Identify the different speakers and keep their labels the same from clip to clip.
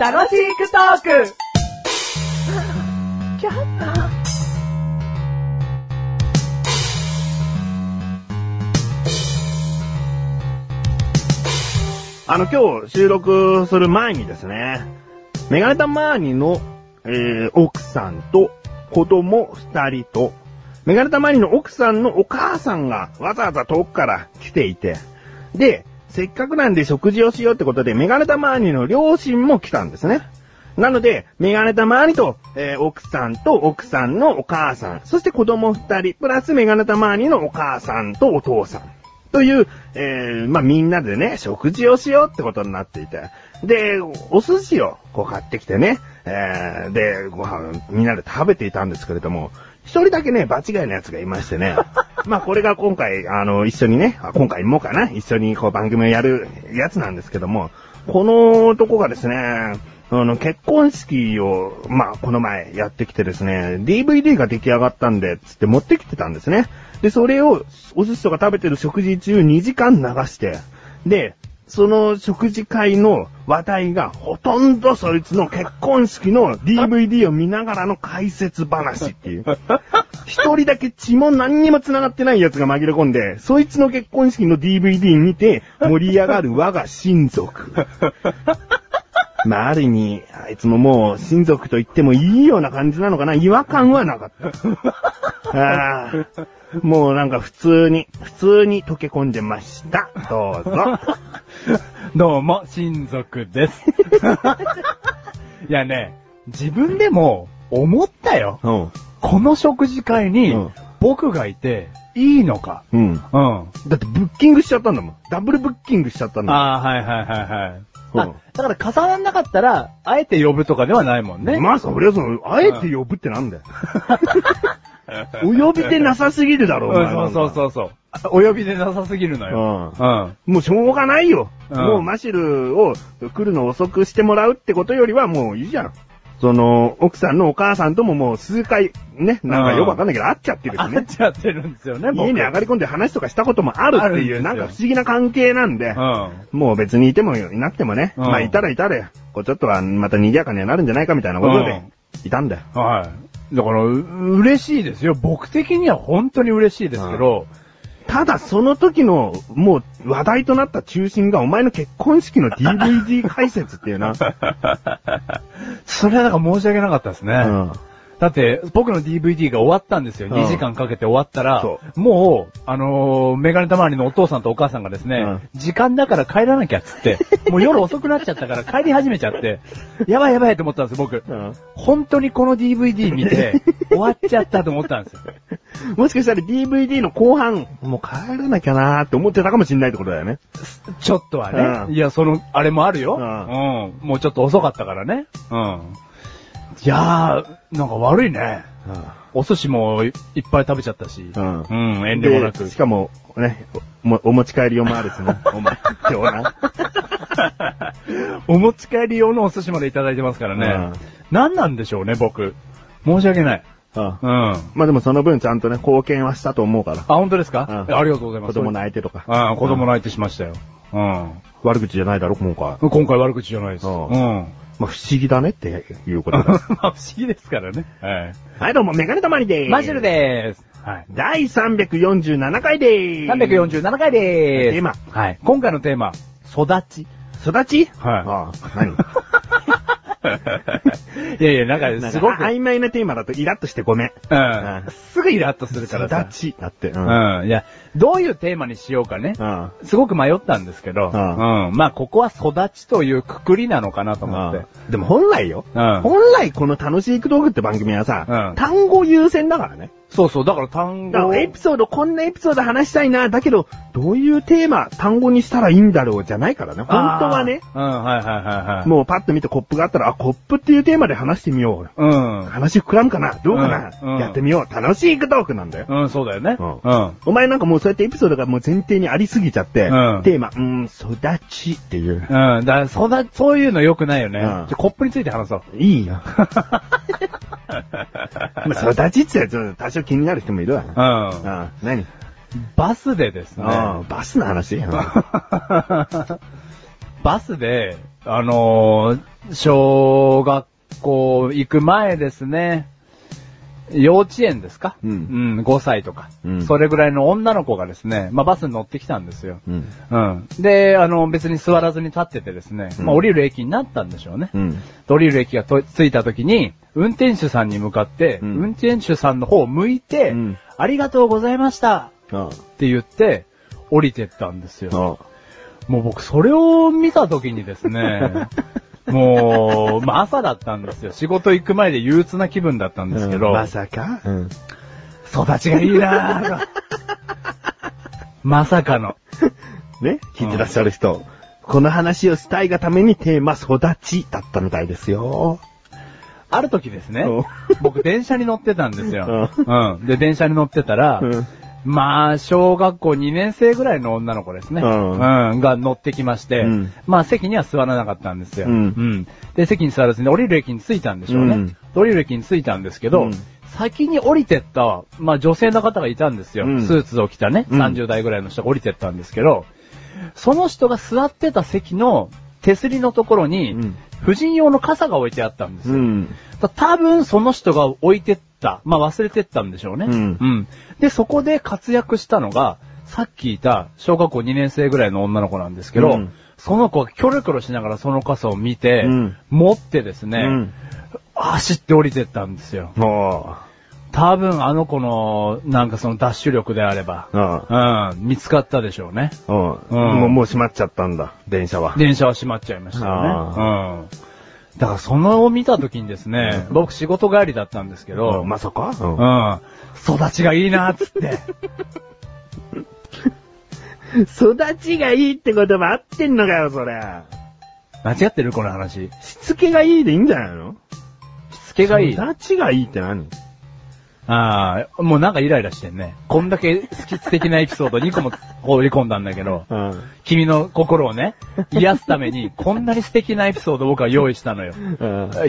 Speaker 1: 楽しくトーク
Speaker 2: あの、今日収録する前にですね、メガネタマーニの、えー、奥さんと子供二人と、メガネタマーニの奥さんのお母さんがわざわざ遠くから来ていて、で、せっかくなんで食事をしようってことで、メガネタマーニの両親も来たんですね。なので、メガネタマーニと、えー奥さんと奥さんのお母さん、そして子供二人、プラスメガネタマーニのお母さんとお父さん。という、えー、まあ、みんなでね、食事をしようってことになっていて。で、お寿司をこう買ってきてね、えー、で、ご飯、みんなで食べていたんですけれども、一人だけね、場違いのやつがいましてね。まあ、これが今回、あの、一緒にね、あ今回もかな、一緒にこう番組をやるやつなんですけども、この男がですね、あの、結婚式を、まあ、この前やってきてですね、DVD が出来上がったんで、つって持ってきてたんですね。で、それを、お寿司とか食べてる食事中2時間流して、で、その食事会の話題がほとんどそいつの結婚式の DVD を見ながらの解説話っていう。一人だけ血も何にも繋がってないやつが紛れ込んで、そいつの結婚式の DVD 見て盛り上がる我が親族。まあ、ある意味、あいつももう親族と言ってもいいような感じなのかな違和感はなかった。ああもうなんか普通に、普通に溶け込んでました。どうぞ。
Speaker 3: どうも、親族 です。いやね、自分でも思ったよ。
Speaker 2: うん。
Speaker 3: この食事会に
Speaker 2: うん
Speaker 3: 僕がいていいのか。
Speaker 2: うん。
Speaker 3: うん。
Speaker 2: だってブッキングしちゃったんだもん。ダブルブッキングしちゃったんだもん。
Speaker 3: ああ、はいはいはいはい。
Speaker 2: うん
Speaker 3: あ、だから重ならなかったら、あえて呼ぶとかではないもんね。
Speaker 2: まあ、そりゃその、あえて呼ぶってなんだよ。お呼びでなさすぎるだろ、お前
Speaker 3: うんそうそう
Speaker 2: う。
Speaker 3: そうそうあ。お呼びでなさすぎるのよ。うん。
Speaker 2: もうしょうがないよ。
Speaker 3: うん
Speaker 2: もうマシルを来るの遅くしてもらうってことよりはもういいじゃん。その、奥さんのお母さんとももう数回、ね、なんかよくわかんないけど会っちゃってるし
Speaker 3: 会っ
Speaker 2: ね。
Speaker 3: ちゃってるんですよね、僕。
Speaker 2: 家に上がり込んで話とかしたこともあるってい
Speaker 3: ある
Speaker 2: う、
Speaker 3: んです
Speaker 2: な
Speaker 3: よ
Speaker 2: んか不思議な関係なんで
Speaker 3: う、ん。
Speaker 2: もう別にいてもいなくてもね、
Speaker 3: うん
Speaker 2: まあいたらいたで、こうちょっとはまた賑やかにはなるんじゃないかみたいなことで、いたんだよ。
Speaker 3: はい。だから、う嬉しいですよ。僕的には本当に嬉しいですけど、
Speaker 2: ただその時の、もう話題となった中心がお前の結婚式の DVD 解説っていう な。
Speaker 3: それはなんか申し訳なかったですね。
Speaker 2: うん。
Speaker 3: だって、僕の DVD が終わったんですよ。
Speaker 2: うん
Speaker 3: 2時間かけて終わったら
Speaker 2: そ、
Speaker 3: もう、あのーメガネたまわりのお父さんとお母さんがですね、
Speaker 2: うん
Speaker 3: 時間だから帰らなきゃっ つって、もう夜遅くなっちゃったから帰り始めちゃって、やばいやばいと思ったんですよ、僕。
Speaker 2: うん
Speaker 3: 本当にこの DVD 見て、終わっちゃったと思ったんですよ。
Speaker 2: もしかしたら DVD の後半、もう帰らなきゃなーって思ってたかもしれないってことだよね。
Speaker 3: ちょっとは
Speaker 2: う
Speaker 3: ね。
Speaker 2: ん
Speaker 3: いや、その、あれもあるよ。
Speaker 2: う
Speaker 3: うん。もうちょっと遅かったからね。うん。いやー、なんか悪いね。お寿司もいいっぱい食べちゃったし。
Speaker 2: うん
Speaker 3: うん、遠慮もなく
Speaker 2: でし。かも、ね、おもお持ち帰り用もあるし ね。お前、今日な。
Speaker 3: お持ち帰り用のお寿司までいただいてますからね。何なんでしょうね、僕。申し訳ない。
Speaker 2: うん
Speaker 3: うん。あ、
Speaker 2: まあでもその分ちゃんとね、貢献はしたと思うから。
Speaker 3: 本当ですか
Speaker 2: うん
Speaker 3: ありがとうございま
Speaker 2: 子
Speaker 3: す。
Speaker 2: 供の
Speaker 3: い。
Speaker 2: 相手とか。
Speaker 3: うん、子供泣いてしましたよ。うん。
Speaker 2: 悪口じゃないだろ、今回。
Speaker 3: 今回悪口じゃないです。う。
Speaker 2: うんん
Speaker 3: ま
Speaker 2: まあ不思議だねっていうこと
Speaker 3: あ
Speaker 2: だ。
Speaker 3: 不思議ですからね。は
Speaker 2: はい、どうも、メガネたまりでー
Speaker 3: い。
Speaker 2: す。
Speaker 3: マジルでーす。はい。
Speaker 2: 第347回でーす。
Speaker 3: 347回でーす。
Speaker 2: テーマ
Speaker 3: はい。今回のテーマ、育 ち。
Speaker 2: 育ちあ
Speaker 3: は
Speaker 2: あ、 何
Speaker 3: い。いやいや、なんか、すごく、
Speaker 2: 曖昧なテーマだとイラッとしてごめん。
Speaker 3: うん。すぐイラッとするからさ
Speaker 2: 育。ちだって。う。
Speaker 3: うん
Speaker 2: うん。
Speaker 3: ん。いや、どういうテーマにしようかね。
Speaker 2: あ
Speaker 3: すごく迷ったんですけど、う
Speaker 2: うん
Speaker 3: ん。まあ、ここは育ちというくくりなのかなと思って。
Speaker 2: でも本来よ。
Speaker 3: うん
Speaker 2: 本来この楽しい道具って番組はさ、
Speaker 3: うん
Speaker 2: 単語優先だからね。
Speaker 3: そうそう、だから単
Speaker 2: だか
Speaker 3: 語
Speaker 2: らエピソード、こんなエピソード話したいな。だけど、どういうテーマ、単語にしたらいいんだろうじゃないからね。本当はね。。
Speaker 3: あーうん、はいはいはいはい。
Speaker 2: もうパッと見てコップがあったら、あ、コップっていうテーマで話してみよう。
Speaker 3: うん。
Speaker 2: 話膨らむかなどうかな、
Speaker 3: うんうん
Speaker 2: やってみよう。楽しいトークなんだよ。
Speaker 3: うん、そうだよね。
Speaker 2: うん
Speaker 3: うん。
Speaker 2: お前なんかもうそうやってエピソードがもう前提にありすぎちゃって、
Speaker 3: うん
Speaker 2: テーマ、うーん、育ちっていう。
Speaker 3: うん。だから、育ち、そういうの良くないよね。
Speaker 2: うん
Speaker 3: じゃあコップについて話そう。
Speaker 2: いい よ。まあ育ちってやつ、多少気になる人もいるわ
Speaker 3: う。ん。
Speaker 2: ああ何
Speaker 3: バスでですね。
Speaker 2: ああバスの話
Speaker 3: バ バスで、あのー小学校行く前ですね、幼稚園ですか
Speaker 2: うん
Speaker 3: うん、5歳とか、
Speaker 2: うん
Speaker 3: それぐらいの女の子がですね、まあバスに乗ってきたんですよ。
Speaker 2: うん。
Speaker 3: うん。で、あの、別に座らずに立っててですね、
Speaker 2: うん
Speaker 3: まあ降りる駅になったんでしょうね。
Speaker 2: うん。
Speaker 3: 降りる駅がと着いた時に、運転手さんに向かって、
Speaker 2: うん
Speaker 3: 運転手さんの方を向いて、
Speaker 2: うん
Speaker 3: ありがとうございました
Speaker 2: あ
Speaker 3: って言って、降りてったんですよ。
Speaker 2: あ。あ
Speaker 3: もう僕、それを見た時にです ね、もう、まあ朝だったんですよ。仕事行く前で憂鬱な気分だったんですけど、
Speaker 2: まさかうん。
Speaker 3: 育ちがいいなぁまさかの。
Speaker 2: ね聞いてらっしゃる人。この話をしたいがためにテーマ育ちだったみたいですよ。
Speaker 3: ある時ですね
Speaker 2: うん、
Speaker 3: 僕電車に乗ってたんですよ。うん。で、電車に乗ってたら、
Speaker 2: うん
Speaker 3: まあ、小学校2年生ぐらいの女の子ですね。
Speaker 2: うん
Speaker 3: うんが乗ってきまして、
Speaker 2: うん
Speaker 3: まあ席には座らなかったんですよ。
Speaker 2: うん
Speaker 3: で、席に座らずに降りる駅に着いたんでしょうね。
Speaker 2: うん
Speaker 3: で降りる駅に着いたんですけど、
Speaker 2: うん
Speaker 3: 先に降りてった、まあ女性の方がいたんですよ。
Speaker 2: うん
Speaker 3: スーツを着たね、
Speaker 2: うん
Speaker 3: 30代ぐらいの人が降りてったんですけど、その人が座ってた席の手すりのところに、
Speaker 2: うん
Speaker 3: 婦人用の傘が置いてあったんですよ
Speaker 2: うん。
Speaker 3: た多分その人が置いてった。まあ忘れてったんでしょうね。
Speaker 2: うん
Speaker 3: で、そこで活躍したのが、さっきいた小学校2年生ぐらいの女の子なんですけど、
Speaker 2: うん
Speaker 3: その子がキョロキョロしながらその傘を見て、
Speaker 2: うん
Speaker 3: 持ってですね、
Speaker 2: うん
Speaker 3: 走って降りてったんですよ。
Speaker 2: も
Speaker 3: 多分あの子の、なんかそのダッシュ力であれば、
Speaker 2: う、あ
Speaker 3: うん、見つかったでしょうね。
Speaker 2: あ、うん。もう、もう閉まっちゃったんだ、電車は。
Speaker 3: 電車は閉まっちゃいましたよね。うん。だからそのを見た時にですね、僕仕事帰りだったんですけど、
Speaker 2: うんまさかうん
Speaker 3: うん。育ちがいいな、つって。
Speaker 2: 育ちがいいって言葉合ってんのかよ、それ。
Speaker 3: 間違ってるこの話。
Speaker 2: しつけがいいでいいんじゃないの
Speaker 3: しつけがいい。
Speaker 2: 育ちがいいって何
Speaker 3: ああ、もうなんかイライラしてんね。こんだけ素敵なエピソード2個も放り込んだんだけど、
Speaker 2: うん。
Speaker 3: 君の心をね、癒すために、こんなに素敵なエピソードを僕は用意したのよ。
Speaker 2: うん。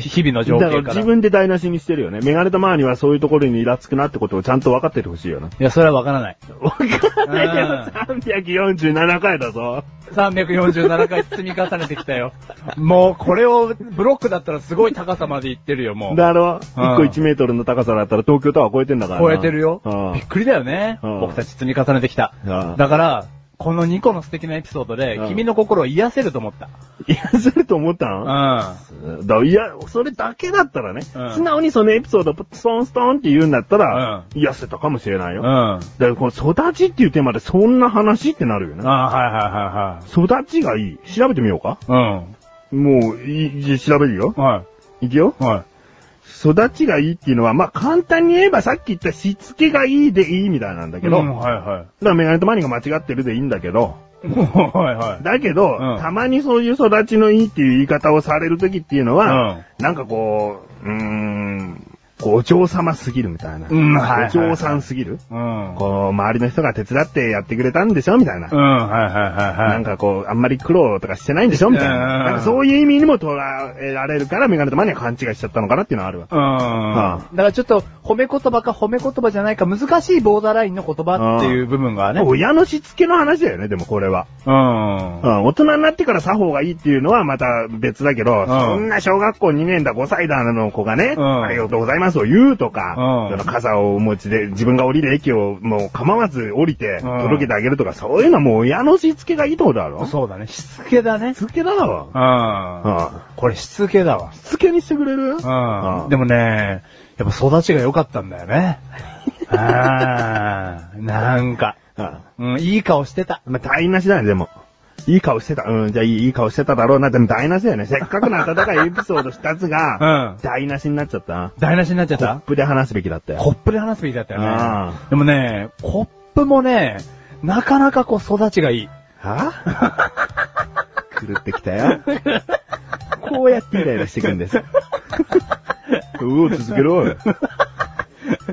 Speaker 3: 日々の情
Speaker 2: だから
Speaker 3: 景から。
Speaker 2: 自分で台無しにしてるよね。メガネたまわりはそういうところにイラつくなってことをちゃんと分かっててほしいよな。
Speaker 3: いや、それはわからない。
Speaker 2: わかんないけど
Speaker 3: うん、
Speaker 2: 347回だぞ。
Speaker 3: 347回 積み重ねてきたよ。もう、これを、ブロックだったらすごい高さまで行ってるよ、もう。
Speaker 2: だろ
Speaker 3: うん
Speaker 2: 1個1メートルの高さだったら東京タワー超えてんだからな。
Speaker 3: 超えてるよ
Speaker 2: う。
Speaker 3: び
Speaker 2: ん
Speaker 3: っくりだよね。
Speaker 2: うん
Speaker 3: 僕たち積み重ねてきた。
Speaker 2: うん
Speaker 3: だから、この2個の素敵なエピソードで
Speaker 2: う、ん
Speaker 3: 君の心を癒せると思った。
Speaker 2: いや、それと思った
Speaker 3: う
Speaker 2: の
Speaker 3: ん。
Speaker 2: だいや、それだけだったらね、
Speaker 3: うん
Speaker 2: 素直にそのエピソードをストンストンって言うんだったら、
Speaker 3: う
Speaker 2: 癒せたかもしれないよ。
Speaker 3: う
Speaker 2: だか
Speaker 3: ん。
Speaker 2: らこの育ちっていうテーマでそんな話ってなるよ
Speaker 3: あ
Speaker 2: ね。
Speaker 3: あ、は
Speaker 2: 育ちがいい。調べてみようか
Speaker 3: いはいはいはい。
Speaker 2: もう、いい調べるよ
Speaker 3: うん。。はい
Speaker 2: くよ。
Speaker 3: い。は
Speaker 2: 育ちがいいっていうのは、まあ、簡単に言えばさっき言ったしつけがいいでいいみたいなんだ
Speaker 3: い。
Speaker 2: けど、
Speaker 3: うん
Speaker 2: だか
Speaker 3: はい は
Speaker 2: らメガネとマニが間違ってるでいいんだけど、
Speaker 3: い。はいはい。
Speaker 2: だけど、
Speaker 3: うん
Speaker 2: たまにそういう育ちのいいっていう言い方をされるときっていうのは、
Speaker 3: うん
Speaker 2: なんかこう、うーん、こうお嬢様すぎるみたいな。
Speaker 3: うんはいはいはい
Speaker 2: お嬢さんすぎる。
Speaker 3: うん。
Speaker 2: こう、周りの人が手伝ってやってくれたんでしょみたいな。
Speaker 3: うん、はいはいはいはい。
Speaker 2: なんかこう、あんまり苦労とかしてないんでしょみたいな。
Speaker 3: うん
Speaker 2: なんかそういう意味にも捉えられるから、メガネとマニア勘違いしちゃったのかなっていうのはあるわ。
Speaker 3: うん。だからちょっと、褒め言葉か褒め言葉じゃないか、難しいボーダーラインの言葉っていう部分がね。うん。
Speaker 2: 親のしつけの話だよね、でもこれは。うん、大人になってから作法がいいっていうのはまた別だけど、
Speaker 3: ん
Speaker 2: そんな小学校2年だ5歳だの子がね、
Speaker 3: うん
Speaker 2: ありがとうございますを言うとか、
Speaker 3: うん
Speaker 2: その傘をお持ちで自分が降りる駅をもう構わず降りて
Speaker 3: うん
Speaker 2: 届けてあげるとか、そういうのはもう親のしつけがいいってことだろし
Speaker 3: そうだね。しつけだね。
Speaker 2: つけだわ。
Speaker 3: うん。
Speaker 2: うん
Speaker 3: これしつけだわ。
Speaker 2: しつけにしてくれる
Speaker 3: う。
Speaker 2: うんん
Speaker 3: でもね、やっぱ育ちが良かったんだ よね。ああ、なんか、
Speaker 2: うん
Speaker 3: うん、いい顔してた。
Speaker 2: まあ、台無しだね、でも。いい顔してた。うん、じゃあいいいい顔してただろうな。でも台無しだよね。せっかくの温かいエピソード2つが
Speaker 3: うん、
Speaker 2: 台無しになっちゃったな。
Speaker 3: 台無しになっちゃっ
Speaker 2: コッ
Speaker 3: た
Speaker 2: プで話すべきだったよ。
Speaker 3: コップで話すべきだったよね
Speaker 2: う。
Speaker 3: でもね、コップもね、なかなかこう育ちがいい。
Speaker 2: はぁ狂ってきたよ。こうやってイライラしてくんです。うお、続けろ。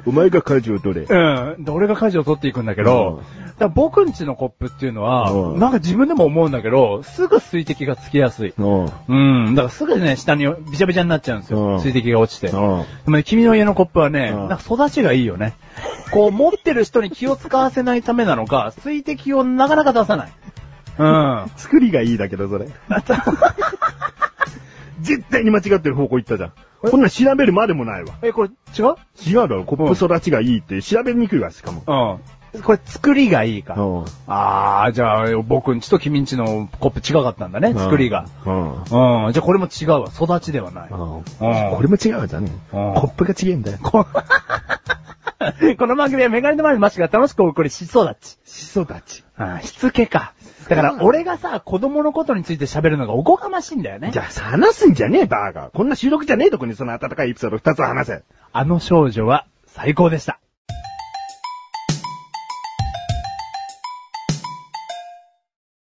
Speaker 2: お前が舵を取れ。
Speaker 3: うん。で、俺が舵を取っていくんだけど、だから僕んちのコップっていうのは、
Speaker 2: うん
Speaker 3: なんか自分でも思うんだけど、すぐ水滴がつきやすい。
Speaker 2: うん。うん。
Speaker 3: うん。だからすぐね、下にびちゃびちゃになっちゃうんです
Speaker 2: う
Speaker 3: よ。
Speaker 2: ん
Speaker 3: 水滴が落ちて。でもね、君の家のコップはね、
Speaker 2: うん
Speaker 3: なんか育ちがいいよね。こう、持ってる人に気を使わせないためなのか、水滴をなかなか出さない。
Speaker 1: うん。
Speaker 2: 作りがいいだけど、それ。絶対に間違ってる方向行ったじゃん。
Speaker 1: え
Speaker 2: こんなん調べるまでもないわ。
Speaker 1: え、これ違う
Speaker 2: 違うだろ、コップ育ちがいいって調べにくいわ、しかも。
Speaker 1: うん。これ作りがい いか。
Speaker 2: うん。
Speaker 1: あー、じゃあ、僕んちと君んちのコップ違かったんだね、作りが。
Speaker 2: うん。うん。
Speaker 1: うん。じゃあこれも違うわ。育ちではない。
Speaker 2: こ
Speaker 1: うん
Speaker 2: れも違うじゃん。コップが違えんだよ。
Speaker 1: ここの番組はメガネの前のマシが楽しくお送りしそうだっち。
Speaker 2: しそだち。
Speaker 1: うん、しつけか。だから俺がさ、子供のことについて喋るのがおこがましいんだよね
Speaker 2: じ。ゃあ、話すんじゃねえ、バーガー。こんな収録じゃねえとこにその温かいエピソード2つを話せ。
Speaker 1: あの少女は最高でした。